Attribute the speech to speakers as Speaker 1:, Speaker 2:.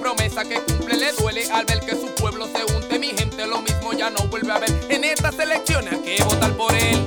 Speaker 1: promesa que cumple le duele al ver que su pueblo se hunde. Mi gente lo mismo ya no vuelve a ver en estas elecciones hay que votar por él.